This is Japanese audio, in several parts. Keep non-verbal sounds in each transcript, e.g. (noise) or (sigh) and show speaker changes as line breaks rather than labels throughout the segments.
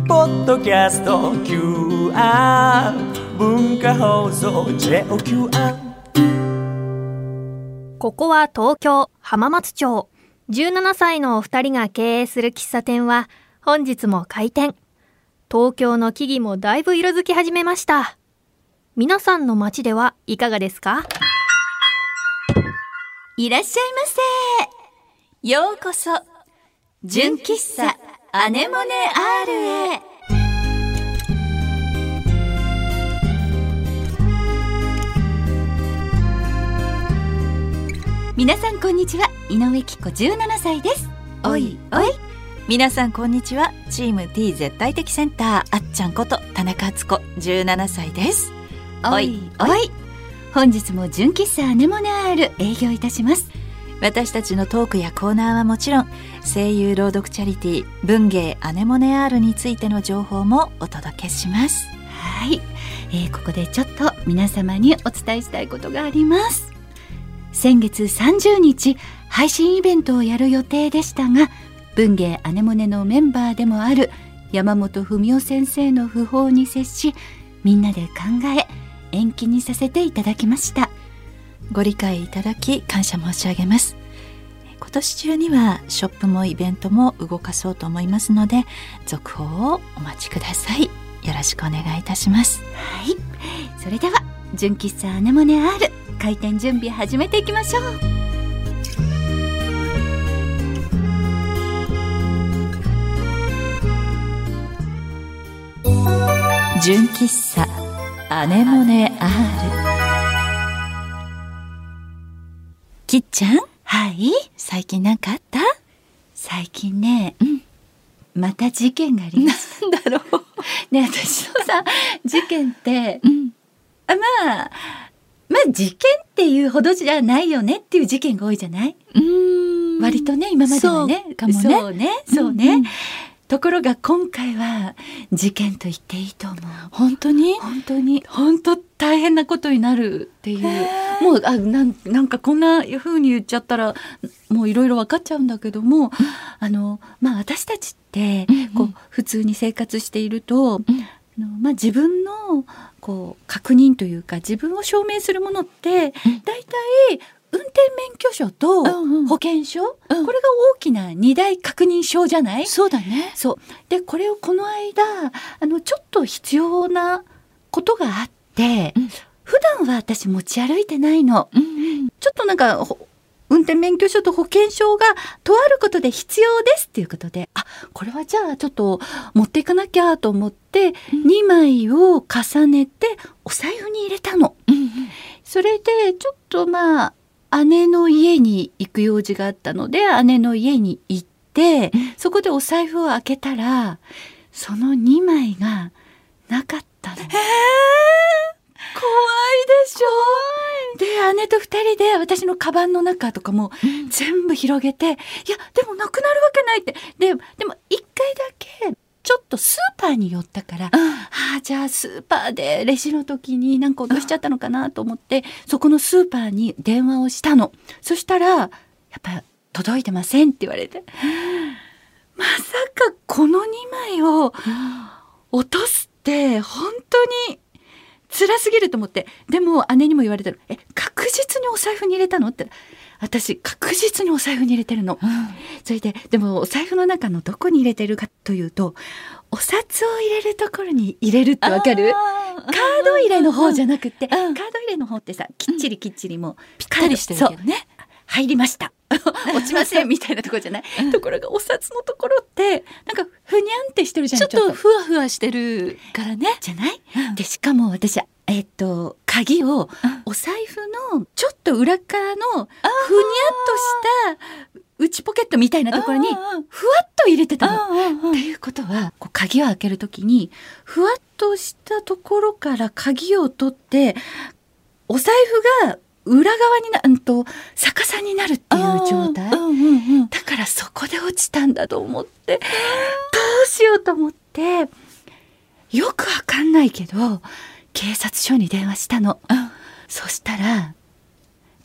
キャスト QR 文化放送 JOQR
ここは東京浜松町17歳のお二人が経営する喫茶店は本日も開店東京の木々もだいぶ色づき始めました皆さんの街ではいかがですか
いらっしゃいませ。ようこそ、純喫茶アネモネ R へ。皆さんこんにちは、井上貴子17歳です。おいおい。
皆さんこんにちはチーム T 絶対的センターあっちゃんこと田中敦子17歳です
おいおい本日も純喫茶アネモネアール営業いたします
私たちのトークやコーナーはもちろん声優朗読チャリティー文芸アネモネアールについての情報もお届けします
はい、えーここでちょっと皆様にお伝えしたいことがあります先月30日配信イベントをやる予定でしたが文芸アネモネのメンバーでもある山本文夫先生の訃報に接しみんなで考え延期にさせていただきました
ご理解いただき感謝申し上げます今年中にはショップもイベントも動かそうと思いますので続報をお待ちくださいよろしくお願いいたします
はいそれでは純喫茶アネモネ R 開店準備始めていきましょう
純喫茶アネモネ R きっちゃん
はい
最近なんかあった
最近ね、また事件がありました
なんだろう
(laughs) ね私のさ事件って
うん
あまあまあ事件っていうほどじゃないよねっていう事件が多いじゃない、
うん
割とね今まではね
そうかもね
そうねそうね、
うんうん
ところが今回は事件と言っていいと思う
本当に
本当に本当大変なことになるっていうもうあなんなんかこんな風に言っちゃったらもういろいろ分かっちゃうんだけども、あのまあ私たちって
うんうん
こう普通に生活していると、
ん
あのまあ、自分のこう確認というか自分を証明するものって
うん
大体運転免許証と
うんうん
保険証、
うん
これが大きな二大確認証じゃない
そうだね
そう。で、これをこの間、あの、ちょっと必要なことがあって、
うん
普段は私持ち歩いてないの。
うんうん
ちょっとなんか、ほ運転免許証と保険証がとあることで必要ですっていうことで、あ、これはじゃあちょっと持っていかなきゃと思って、
うん
2枚を重ねてお財布に入れたの。それで、ちょっとまあ、姉の家に行く用事があったので、姉の家に行って、そこでお財布を開けたら、その2枚がなかったの。怖いでしょで、姉と二人で私のカバンの中とかも (laughs) 全部広げて、いや、でもなくなるわけないって。で、でも一回だけ、ちょっとスーパーに寄ったから、ああじゃあスーパーでレジの時になんか落としちゃったのかなと思ってそこのスーパーに電話をしたのそしたらやっぱ届いてませんって言われてまさかこの2枚を落とすって本当に辛すぎると思ってでも姉にも言われてる「え確実にお財布に入れたの?」って言ったら私確実にお財布に入れてるの。それででもお財布の中のどこに入れてるかというとお札を入れるところに入れるってわかるカード入れの方じゃなくて、
うん
カード入れの方ってさきっちりきっちりもう、ぴっ
ったりしてるけどね
入りました
(laughs)
落ちませんみたいなところじゃない、ところがお札のところってなんかふにゃんってしてるじゃん
ちょっとふわふわしてるからね
じゃない、
うん
でしかも私えっと鍵をお財布のちょっと裏側のふにゃっとした内ポケットみたいなところに
うんうんうん
ふわっと入れてたの。
うんうん
ということはこう鍵を開けるときにふわっとしたところから鍵を取ってお財布が裏側になうんと逆さになるっていう状態
あーうんうんうん
だからそこで落ちたんだと思ってどうしようと思ってよくわかんないけど警察署に電話したの。そしたら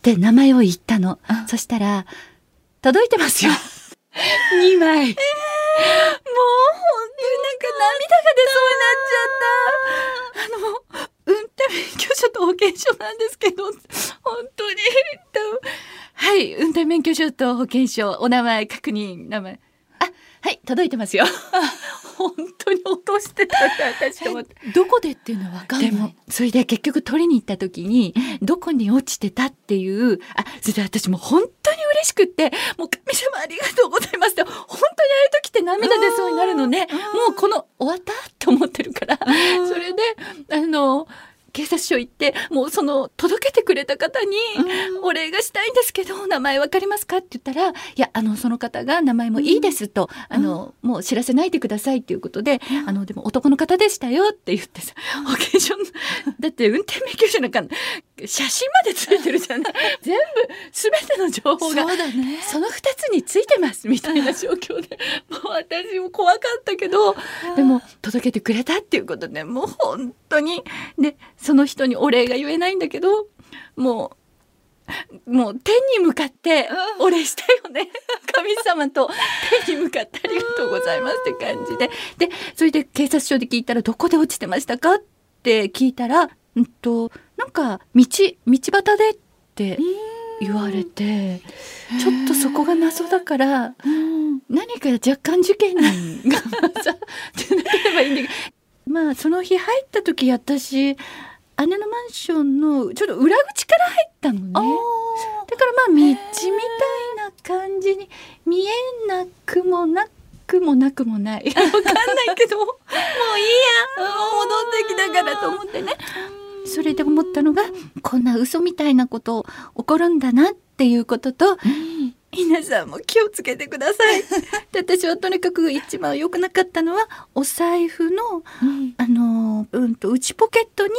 で名前を言ったの。
うん
そしたら届い
(laughs)
てますよ。2枚。もう本当になんか涙が出そう所と保険証お名前確認名前あはい届いてますよ本当に落としてたんだ私と思って
どこでっていうのは分かんな
で
い
もそれで結局取りに行った時にどこに落ちてたっていうあそれで私もう本当に嬉しくってもう神様ありがとうございますって本当にああいう時って涙出そうになるのねもうこの終わったって思ってるからそれであの警察署行ってもうその届けてくれた方に (laughs) お礼がしたいんですけど、名前わかりますかって言ったら、いや、あの、その方が名前もいいですと、あの、もう知らせないでくださいっていうことで、あの、でも男の方でしたよって言ってさ、保険証の、だって運転免許証なんか、写真までついてるじ (laughs) ゃない。全部、すべての情報が。
そうだね
その二つについてますみたいな状況で、 (laughs) もう私も怖かったけど、でも届けてくれたっていうことで、もう本当に、で、その人にお礼が言えないんだけど、もう、もう天に向かってお礼したよね、 (laughs) 神様と天に向かってありがとうございますって感じででそれで警察署で聞いたら「どこで落ちてましたか?」って聞いたら「うんとなんか道道端で」って言われてちょっとそこが謎だから
うん
何か若干事件にが (laughs) さじゃなければいいんだけどまあその日入った時私姉のマンションのちょっと裏口から入ったのね。だからまあ道みたいな感じに見えなくもなくもなくもない (laughs) わかんないけ (laughs) どもういいやもう戻ってきたからと思ってねそれで思ったのがこんな嘘みたいなこと起こるんだなっていうことと皆さんも気をつけてく
(laughs)
ださいで私はとにかく一番良くなかったのはお財布のあのうんと内ポケットに、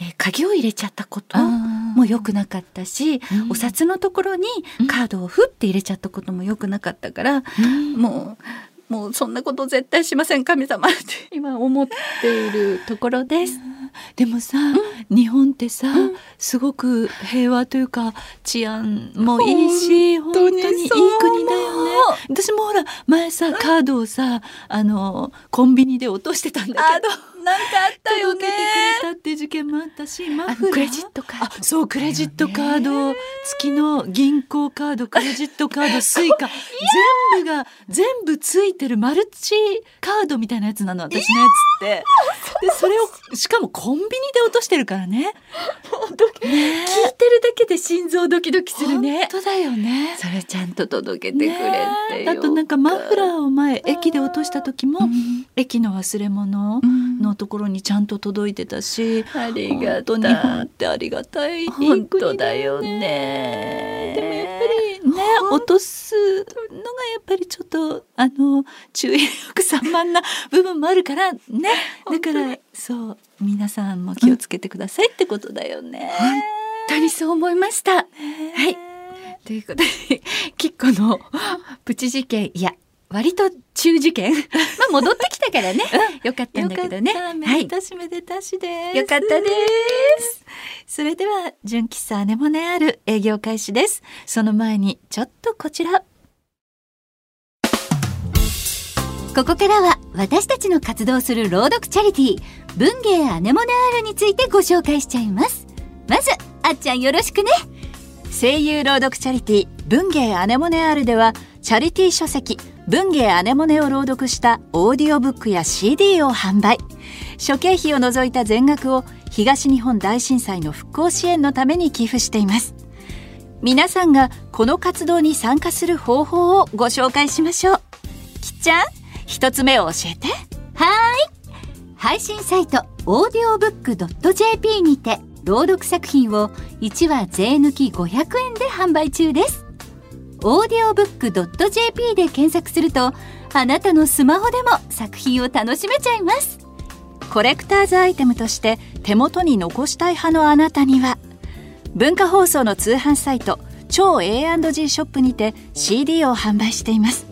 えー鍵を入れちゃったことも
もう
良くなかったし、
うん
お札のところにカードをふって入れちゃったことも良くなかったから、もうもうそんなこと絶対しません神様って今思っているところです。
でもさ、日本ってさ、
うん
すごく平和というか治安もいいし本当にいい国だよね
そう
私もほら前さカードをさ、あのコンビニで落としてたんだけど
なんかあったよ
届け
ね
てくれ。たっていう事件もあったしマ
あ
フラ
の
ー
クレジットカード
あそうクレジットカード付きの銀行カードクレジットカ
(laughs)
ードスイカ全部が全部ついてるマルチカードみたいなやつなの私のやつってでそれをしかもコンビニで落としてるからね
聞いてるだけで心臓ドキドキする
本
ね。
当だよね
それちゃんと届けてくれってよ。
あとなんかマフラ
ー
ーを前駅で落とした時も、
うん
駅の忘れ物のところにちゃんと届いてたし
ありが
本
と
当
う。
日本ってありがたいいい
本当
国
だよ
ね
ね。
でもやっぱりね落とすのがやっぱりちょっとあの注意力散漫な部分もあるからねだからそう皆さんも気をつけてくださいってことだよね。
本当にそう思いました。はい。ということで、 (laughs) きっこのプチ事件、いや、割と中事 (laughs) 件。まあ、戻ってきたからね。よかったんだけどね。
よかった
は
めで
い。
たしめでたしです。
よかったです。
それでは純喫茶アネモネある営業開始ですその前にちょっとこちら
ここからは私たちの活動する朗読チャリティー文芸アネモネアールについてご紹介しちゃいますまずあっちゃんよろしくね
声優朗読チャリティー文芸アネモネアールではチャリティー書籍文芸アネモネを朗読したオーディオブックや CD を販売諸経費を除いた全額を東日本大震災の復興支援のために寄付しています皆さんがこの活動に参加する方法をご紹介しましょうきっちゃん一つ目を教えて
配信サイトオーディオブック .jp にて朗読作品を1話税抜き500円で販売中ですオーディオブック .jp で検索するとあなたのスマホでも作品を楽しめちゃいます
コレクターズアイテムとして手元に残したい派のあなたには文化放送の通販サイト超 A&G ショップにて CD を販売しています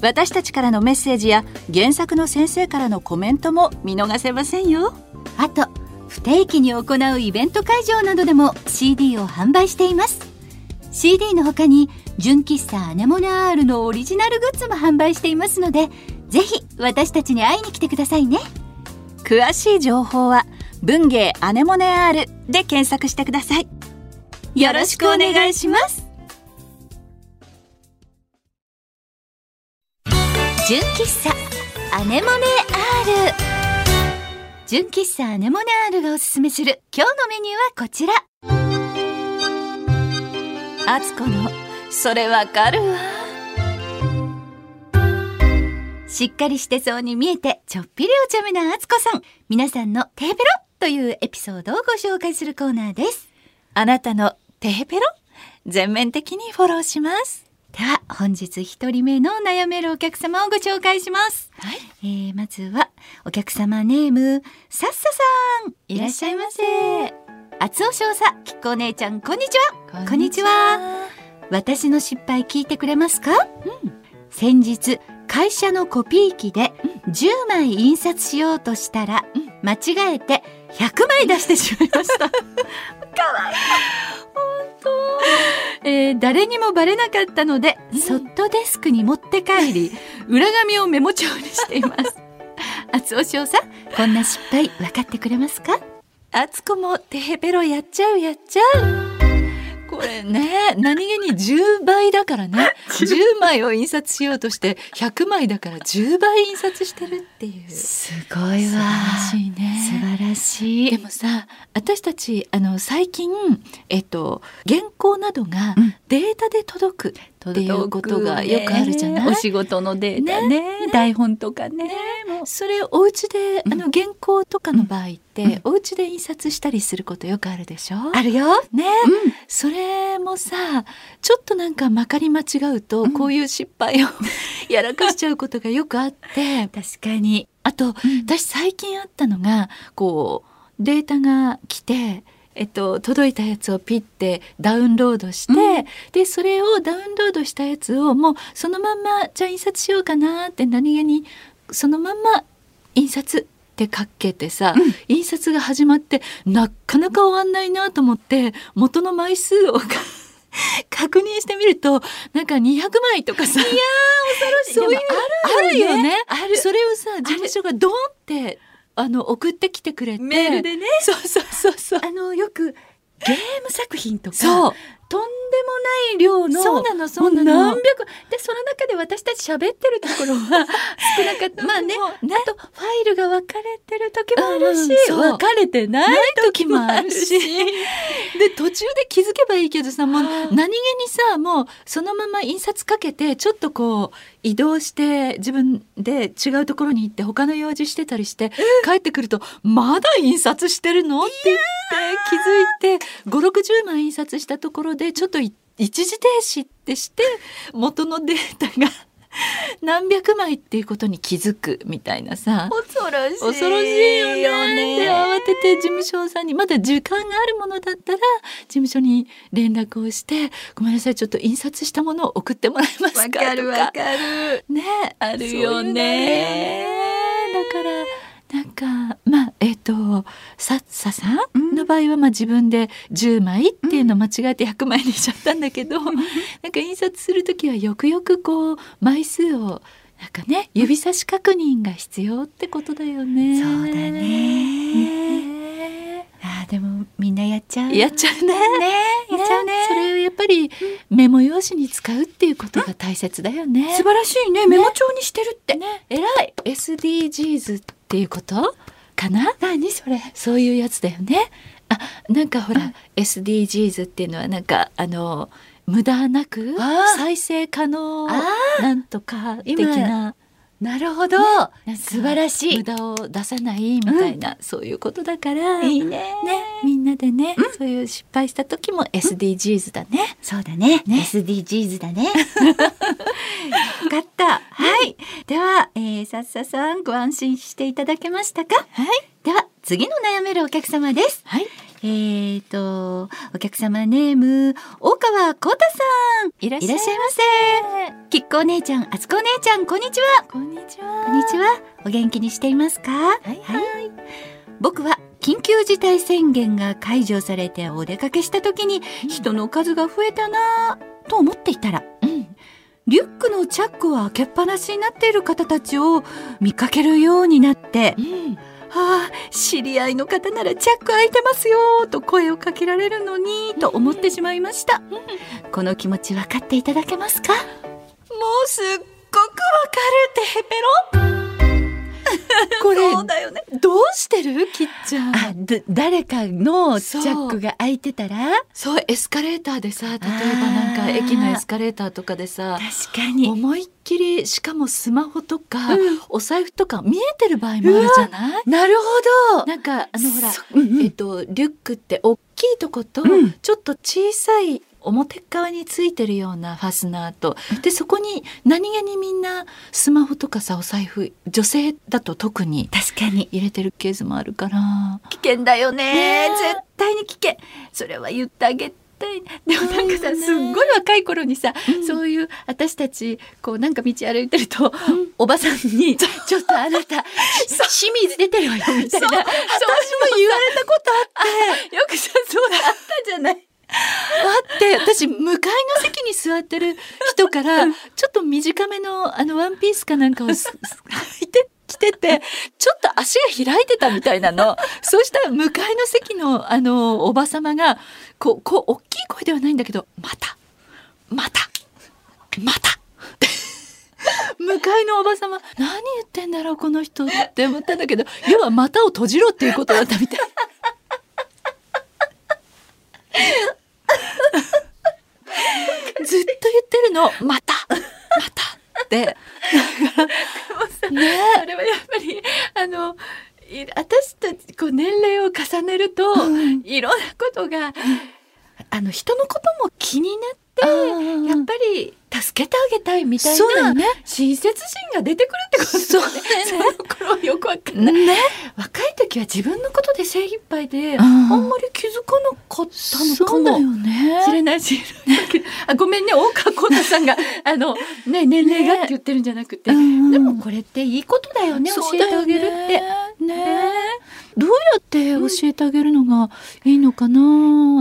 私たちからのメッセージや原作の先生からのコメントも見逃せませんよ
あと不定期に行うイベント会場などでも CD を販売しています CD の他に純喫茶アネモネアールのオリジナルグッズも販売していますのでぜひ私たちに会いに来てくださいね
詳しい情報は「文芸アネモネ R」で検索してください
よろしくお願いします
純喫茶アネモネアール純喫茶アネモネアールがおすすめする今日のメニューはこちら
あつこのそれわかるわ
しっかりしてそうに見えてちょっぴりお茶目なあつこさん皆さんのテーペロというエピソードをご紹介するコーナーです
あなたのテヘペロ全面的にフォローします
では本日一人目の悩めるお客様をご紹介します、
はい
えーまずはお客様ネームさっささんいらっしゃいませあつお少佐きっこお姉ちゃんこんにちはこんにちは。私の失敗聞いてくれますか、先日、会社のコピー機で10枚印刷しようとしたら、間違えて100枚出してしまいま (laughs) した。かわいい。本当。えー誰にもバレなかったので、そっとデスクに持って帰 (laughs) り、裏紙をメモ帳にしてい (laughs) ます。あつおしょうさん、こんな失敗分かってくれますか
あつこもテヘペロやっちゃうやっちゃうこれね何気に10倍だから (laughs) ね10枚を印刷しようとして100枚だから10倍印刷してるって (laughs) いう素
すごい
晴らしい
素
ね
晴らしい
で。もさ私たちあの最近、えっと、原稿などが
うん
データで届くっていうことがよくあるじゃない、
お仕事のデータね台本とかね
それお家で
うん
あの原稿とかの場合って、
うん
お家で印刷したりすることよくあるでしょ
あるよ。
ね、
うん
それもさちょっとなんかまかり間違うと、
うん
こういう失敗を (laughs) やらかしちゃうことがよくあって
確かに。
あと、私最近あったのがこうデータが来て、えっと、届いたやつをピッてダウンロードして、
う
でそれをダウンロードしたやつをもうそのまんまじゃあ印刷しようかなって何気にそのまんま印刷ってかけてさ、
うん
印刷が始まってなかなか終わんないなと思って元の枚数を確認してみるとなんか200枚とかさいや
しい
そういう
で
あるよね
ある
それをさ事務所がドンってあの送ってきてくれて
メールでね
そうそうそう
(laughs)
そう
あのよくゲーム作品とか
そう
とんでもない量の
そうなのそ
も
う
う
な
何
の
百でその中で私たち喋ってるところは (laughs) 少なかったまあね
(laughs) もうね
あとファイルが分かれてる時もあるし、
うんうんそう
分かれてない
ない時もあるし
時も
で途中で気づけばいいけどさもう
あ
何
ー
気にさもうそのまま印刷かけてちょっとこう移動して自分で違うところに行って他の用事してたりして帰ってくると「まだ印刷してるの?」って言って気づいて560枚印刷したところでちょっとい一時停止ってして元のデータが (laughs) 何百枚っていうことに気づくみたいなさ。
恐ろしい
恐ろしいよねで
ね
慌てて事務所さんにまだ時間があるものだったら事務所に連絡をして「ごめんなさいちょっと印刷したものを送ってもらえますか?」
分
と
かる分か
か
る
ねあるよねだからなんかまあえっ、とさささんの場合はまあ自分で10枚っていうのを間違えて100枚にしちゃったんだけど、 (laughs) なんか印刷する時はよくよくこう枚数をなんかね指差し確認が必要ってことだよね。
そうだねあーでもみんなやっちゃう
やっちゃうね。
やっちゃうね
それをやっぱりメモ用紙に使うっていうことが大切だよね。
素晴らしいねメモ帳にしてるって、
ね、えらい SDGs っていうことかな
何それ
そういうやつだよね。あ、なんかほら、SDGs っていうのはなんかあの無駄なく
あー
再生可能
あ
なんとか的な
今なるほど、
なんか
素晴らしい
無駄を出さないみたいな、そういうことだから。
いい
ね、
ね
みんなでね、そういう失敗した時も SDGs だね。
そうだね。
ね
SDGs だね。よかった。はい。では、えー、さっささん、ご安心していただけましたか
はい。
では、次の悩めるお客様です。
はい。
えーと、お客様ネーム、大川幸太さん。
いらっ
い
しゃい
らっしゃいませ。きっこお姉ちゃん、あつこお姉ちゃん、こんにちは。
こんにちは。
こんにちは。お元気にしていますかはいい僕は緊急事態宣言が解除されてお出かけした時に人の数が増えたなぁと思っていたら、リュックのチャックを開けっぱなしになっている方たちを見かけるようになって、
うん。
ああ、知り合いの方ならチャック開いてますよと声をかけられるのにと思ってしまいました。この気持ち分かっていただけますか
もうすっごくわか
ってヘペロ (laughs)
これ
そうだよね。
どうしてるきっちゃん
あ、だ、誰かのジ
そ
ャ
う
ックが開いてたら
そうエスカレーターでさ例えばなん
あ
か
ー
駅のエスカレーターとかでさ
確かに。
思いっきりしかもスマホとか、
うん
お財布とか見えてる場合もあるじゃない
なるほど。
なんかあのほら、
そうんうん
えっと、リュックって大きいとこと、
うん
ちょっと小さい表側についてるようなファスナーとでそこに何気にみんなスマホとかさお財布女性だと特に
確かに。
入れてるケースもあるから
危険だよね
ねえ
絶対に危険それは言ってあげたいでもなんかさ、
そうね
すっごい若い頃にさ、
うん
そういう私たちこうなんか道歩いてると、おばさんに「ちょっとあなた清水出てるわよ」みたいなそういうの言われたことあって (laughs) よくさそうだあったじゃない。
で私向かいの席に座ってる人からちょっと短めのあのワンピースかなんかをす履いて (laughs) きててちょっと足が開いてたみたいなのそうしたら向かいの席のあのおばさまがこうこう大きい声ではないんだけど「またまたまた」 (laughs) 向かいのおばさま「何言ってんだろうこの人」って思ったんだけど要は「股を閉じろ」っていうことだったみたい。ずっと言ってるの「また (laughs) また」って。ね
あれはやっぱりあのい私たちこう年齢を重ねると、いろんなことが、あの人のことも気になってやっぱり助けてあげたいみたい
そうだよ
な
ね
親切心が出てくるってことですよね。その頃はよくわかんない。
ね
若い時は自分のことで精一杯で、
ん
あんまり気づかなかったの
そうだ
か
よ
も。知
ね
れないし、 (laughs) あごめんね大川幸太 (laughs) さんがあのね年齢がって言ってるんじゃなくて、でもこれっていいことだよね教えてあげるって。
てねどうやって教えてあげるのがいいのかな、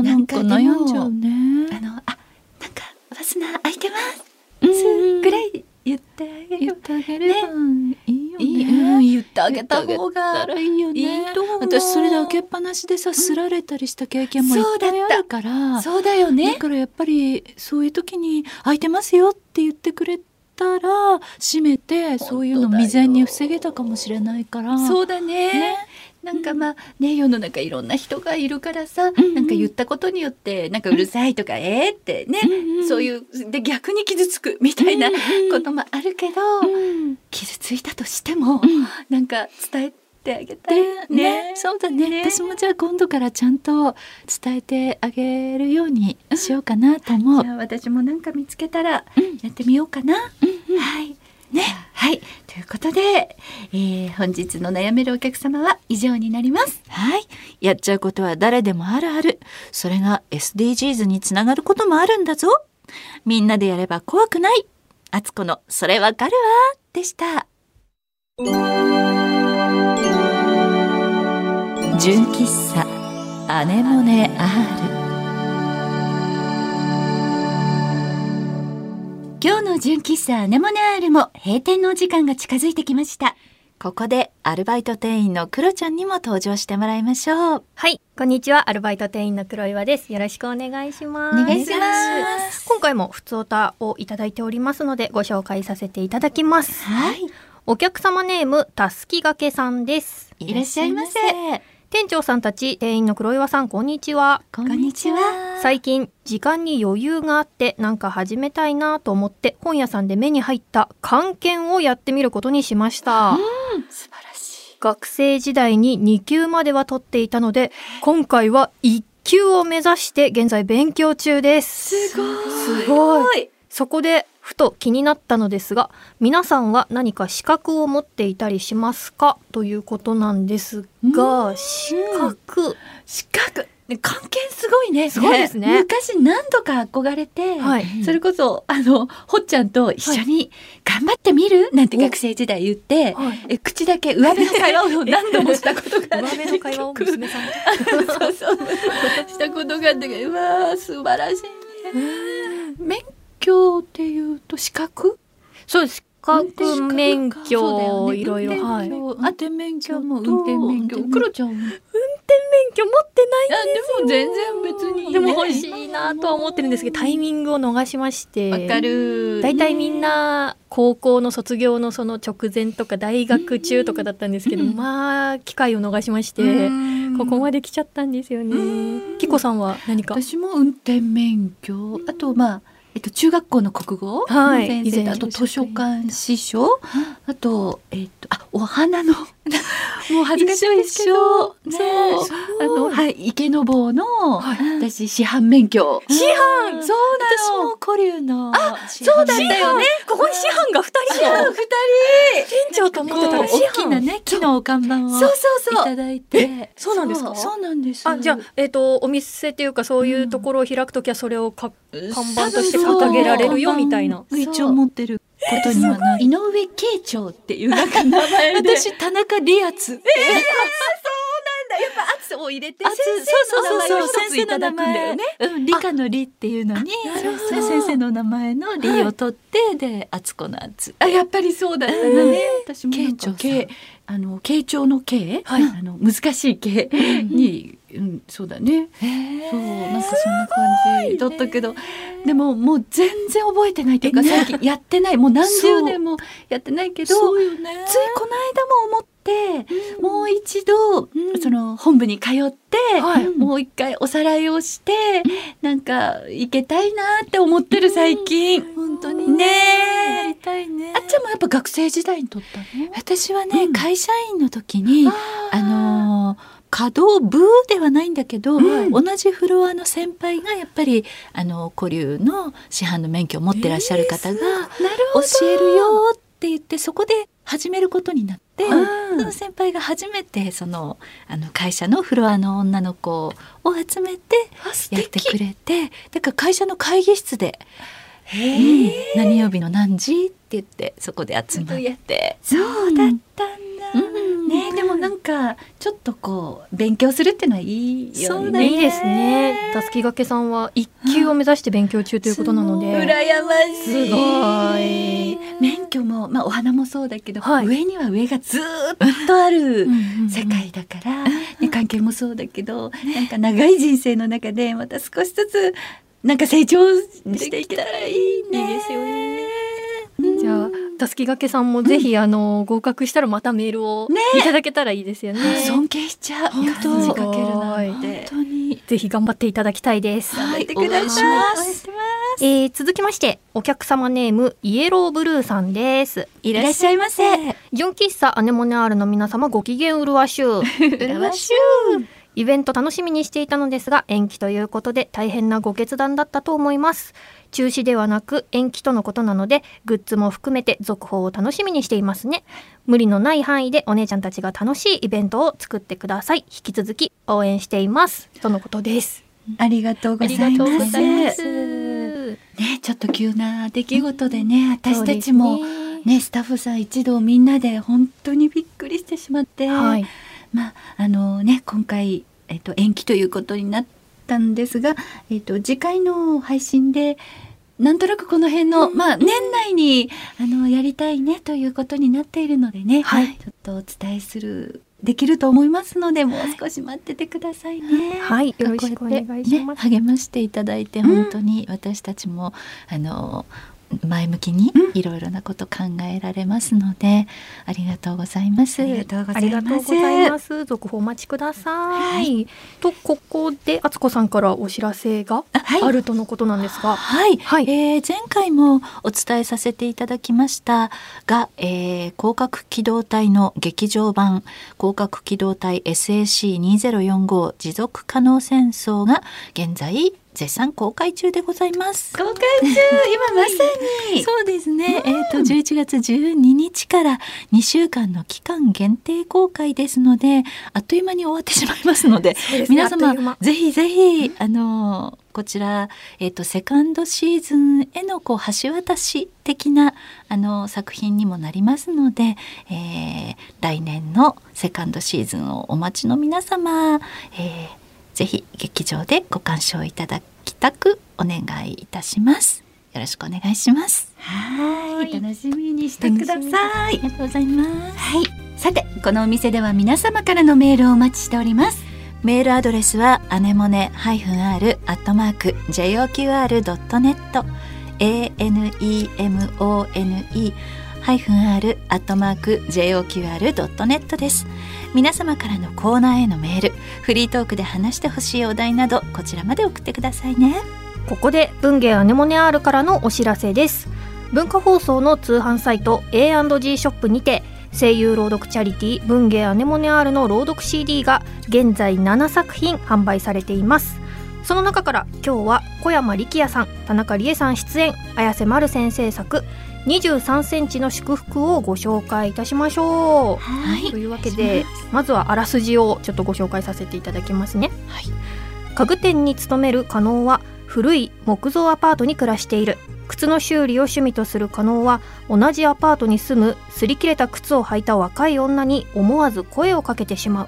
なんか
なんかで
悩
も
んじゃうね
あのあなんかファスナー開いてます
うん
ぐらい言ってあげ
言っ
る。
てあげればいいよね
いいうん言ってあ
あ
げた方が
いいよね
いいと思う
私それで開けっぱなしでさすられたりした経験もいっぱいあるから
そうだよね
だ。からやっぱりそういう時に「空いてますよ」って言ってくれたら閉めてそういうの未然に防げたかもしれないから
そうだね
ね
なんかまあね世の中いろんな人がいるからさ、
んうん
なんか言ったことによってなんかうるさいとか、えーってね、そういうで逆に傷つくみたいなこともあるけど、
うん
傷ついたとしても、なんか伝えてあげたい
でねそうだね私もじゃあ今度からちゃんと伝えてあげるようにしようかなと思う
じ。ゃあ私もなんか見つけたらやってみようかな。はい。ね。はい。ということで、えー本日の悩めるお客様は以上になります。
はい。やっちゃうことは誰でもあるある。それが SDGs につながることもあるんだぞ。みんなでやれば怖くない。あつこの、それわかるわ。でした。純喫茶、アネモネ R。
今日の純喫茶アネモネアールも閉店のお時間が近づいてきました
ここでアルバイト店員のクロちゃんにも登場してもらいましょう。
はい、こんにちは。アルバイト店員の黒岩です。よろしくお願いします。。
お願いします
今回も普通歌をいただいておりますので、ご紹介させていただきます。
はい。
お客様ネーム、たすきがけさんです。
いらっしゃいませ。
店長さんたち、店員の黒岩さん、こんにちは。
こ
んにちは
最近、時間に余裕があって、なんか始めたいなと思って、本屋さんで目に入った、漢検をやってみることにしました。
素晴らしい。
学生時代に2級までは取っていたので今回は1級を目指して現在勉強中です
すごい
すごいそこでふと気になったのですが皆さんは何か資格を持っていたりしますかということなんですが資格
資格。ね、関係すごいね。
すごいですね
昔何度か憧れて、
はい
それこそ、あの、ほっちゃんと一緒に頑張ってみるなんて学生時代言って、
はい
え口だけ上辺の会話を何度もしたことが
上辺の会話を
結局
娘さんと
そうそうしたことがあってうわー素晴らしいね免許っていうと資格
そうです資格免
そ
許
うだよ
いろいろはい免
ね
運転免許も
運転免許クロちゃんも
許持ってない
あでも全然別に、ね、
でも欲しいなとは思ってるんですけどタイミングを逃しまして
わかる
大体み
なん
な、高校の卒業のその直前とか大学中とかだったんですけど、
うん
まあ機会を逃しまして、ここまで来ちゃったんですよ
うん
ね。キコさんは何か
私も運転免許あとまあ、えっと、中学校の国語の
はい
先生
以
と
前
あと図書館司書あと,、えっとあお花のもう恥ずかしいですけど、
一緒一緒
ねあのはい池の坊の、
はい
私師範免許師
範
そう
私
なの
も古流のあ
そうだったよね
ここに師範が二人
師範
と
二人
店長と思ってたんです
師
大
範
きなね木のお看板を
そうそうそう
いただいて
そうなんですか
そうそうなんです
あじゃあ、えっとお店っていうかそういうところを開くときはそれをか看板として掲げられるよみたいな。
一応持ってることにはない
井 (laughs) 上慶長っていう (laughs) なんか名前で
私田中理圧
圧を入れて
あ
先生の名前を一ついただくんだよね。
うん、理科の理っていうのに、そう先生の名前の理を取って、で、あつこのあつ。
あやっぱりそうだったね、私もなん
慶長さん
か慶あの慶長の慶、
はい
あの難しい慶に、うん、そうだねそうなんかそんな感じだったけど、でももう全然覚えてないというか、最近やってないもう何十年もやってないけど
うよね
ついこの間も思って、もう一度、その本部に通って、
はい
もう一回おさらいをして、なんか行けたいなって思ってる最近。
本当に
ね
や
え
りたいね
あ。っちゃんもやっぱ学生時代に撮ったの
私はね、
うん
会社員の時に、あのー稼働部ではないんだけど、
うん
同じフロアの先輩がやっぱりあの古流の師範の免許を持ってらっしゃる方が、
なる
教えるよって言ってそこで始めることになって、
うん
その先輩が初めてそのあの会社のフロアの女の子を集めてやってくれてだから会社の会議室で「うん何曜日の何時?」って言ってそこで集まって。
そうだったんだ。
うん
ねえでもなんかちょっとこう勉強するっていうのはいいよ
そうだ
ね。
ね
いいですね。たすきがけさんは一級を目指して勉強中ということなの
すごい
で。
羨ましい。
すごい
免許もまあお花もそうだけど、
はい
上には上がずーっとあ
(laughs)
る。世界だから、ね、関係もそうだけど、なんか長い人生の中でまた少しずつなんか成長していけたらいいね。
いいですよ
ね。
じゃあたすきがけさんもぜひ、あの合格したらまたメールをいただけたらいいですよね。
尊敬しちゃう。
本当
感じかけるなん
本
て。
当に
ぜひ頑張っていただきたいです。
頑張って
はい
ください。
応援します
応援してま
えー続きましてお客様ネームイエローブルーさんです
い
らっしゃいませ
純喫茶アネモネアールの皆様ご機嫌うるわしゅ (laughs) うう
るわ
しゅうイベント楽しみにしていたのですが延期ということで大変なご決断だったと思います中止ではなく延期とのことなのでグッズも含めて続報を楽しみにしていますね無理のない範囲でお姉ちゃんたちが楽しいイベントを作ってください引き続き応援していますとのことです
す。ありがとうございます。
す
ね、ちょっと急な出来事でね、私たち
そ
も
うですね
ね、スタッフさん一同みんなで本当にびっくりしてしまって、
はい
まああのね今回えっと延期ということになったんですが、えっと次回の配信でなんとなくこの辺の、まあ年内にあのやりたいねということになっているのでね、
はい
ちょっとお伝えするできると思いますのでもう少し待っててくださいね。
はい、よろしくお願いし
ね、
ます。
励ましていただいて
うん
本当に私たちも、あの前向きにいろいろなこと考えられますので、ありがとうございます。
ありがとうござ
あ
い
り
ます。
がとうございます。続報お待ちください。とここで敦子さんからお知らせが
あはい
あるとのことなんですが、
はい、
はい
えー前回もお伝えさせていただきましたが、えー広角機動隊の劇場版広角機動隊 SAC2045 持続可能戦争が現在絶賛公開中でございます。
公開中今まさに
そうですね。えっ、と11月12日から2週間の期間限定公開ですので、あっという間に終わってしまいます (laughs) ので、皆
あっという
様
間
ぜひぜひあのこちらえっ、とセカンドシーズンへのこう橋渡し的なあの作品にもなりますので、えー来年のセカンドシーズンをお待ちの皆様、えーぜひ劇場でご鑑賞いただきたくお願いいたします。よろしくお願いします。
はい、楽しみにしてくださ
あ
い。
りがとうございます。
はいさてこのお店では皆様からのメールをお待ちしております
メールアドレスはアネモネ -r アットマーク JOQR.net anemone r アットマーク joqr ドットネットです。皆様からのコーナーへのメール、フリートークで話してほしいお題などこちらまで送ってくださいね。
ここで文芸アネモネ R からのお知らせです文化放送の通販サイト A&G ショップにて声優朗読チャリティー文芸アネモネ R の朗読 CD が現在7作品販売されていますその中から今日は小山力也さん田中理恵さん出演綾瀬丸先生作23センチの祝福をご紹介いたしましょう
はい
というわけでまずはあらすじをちょっとご紹介させていただきますね、
はい
家具店に勤める加納は古い木造アパートに暮らしている靴の修理を趣味とする加納は同じアパートに住む擦り切れた靴を履いた若い女に思わず声をかけてしまう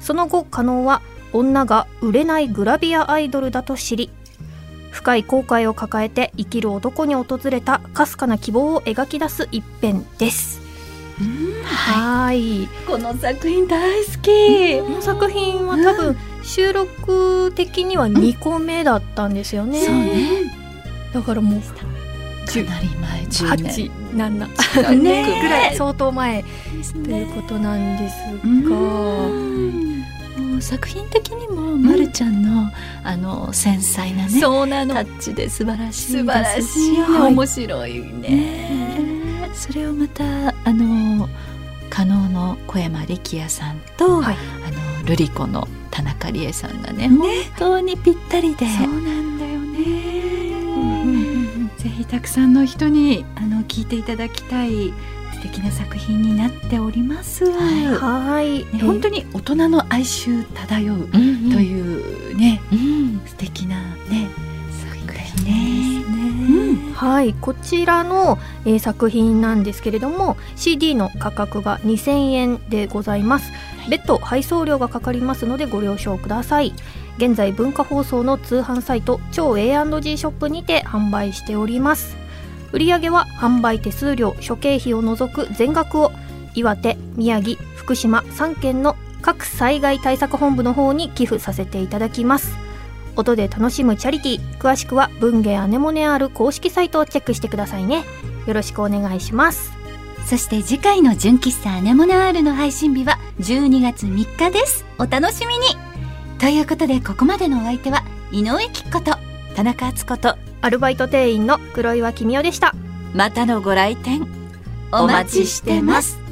その後加納は女が売れないグラビアアイドルだと知り深い後悔を抱えて生きる男に訪れたかすかな希望を描き出す一編ですはーい
この作品大好き
この作品は多分収録的には2個目だったんですよね、
そうね。
だからもう
かなり前10年。
87
ね
ぐらい相当前
です
ということなんです
う
が
ん
もう作品的にもまるちゃんの、あの繊細なね
そう
タ
なの
ッチで素晴らしいです
素晴らしい、
はい
面白いね
それをまたあの加納の小山力也さんと、
はい
あのルリ子の田中理恵さんがね本当にぴったりで、
そうなんだよ
うんうん
ね
うん
ぜひたくさんの人にあの聞いていただきたい素敵な作品になっております、
は
はい
ね本当に大人の哀愁漂う
うんうん
というね、
うん
素敵なね作品だよ
ね
ねうん
はいこちらの、えー作品なんですけれども CD の価格が2000円でございます別途配送料がかかりますのでご了承ください現在文化放送の通販サイト超 A&G ショップにて販売しております売上は販売手数料諸経費を除く全額を岩手宮城福島3県の各災害対策本部の方に寄付させていただきます音で楽しむチャリティー詳しくは文芸アネモネアール公式サイトをチェックしてくださいねよろしくお願いします
そして次回の純喫茶アネモネアールの配信日は12月3日です。お楽しみにということでここまでのお相手は井上貴子と
田中敦子と
アルバイト店員の黒岩君代でした
またのご来店
お待ちしてます。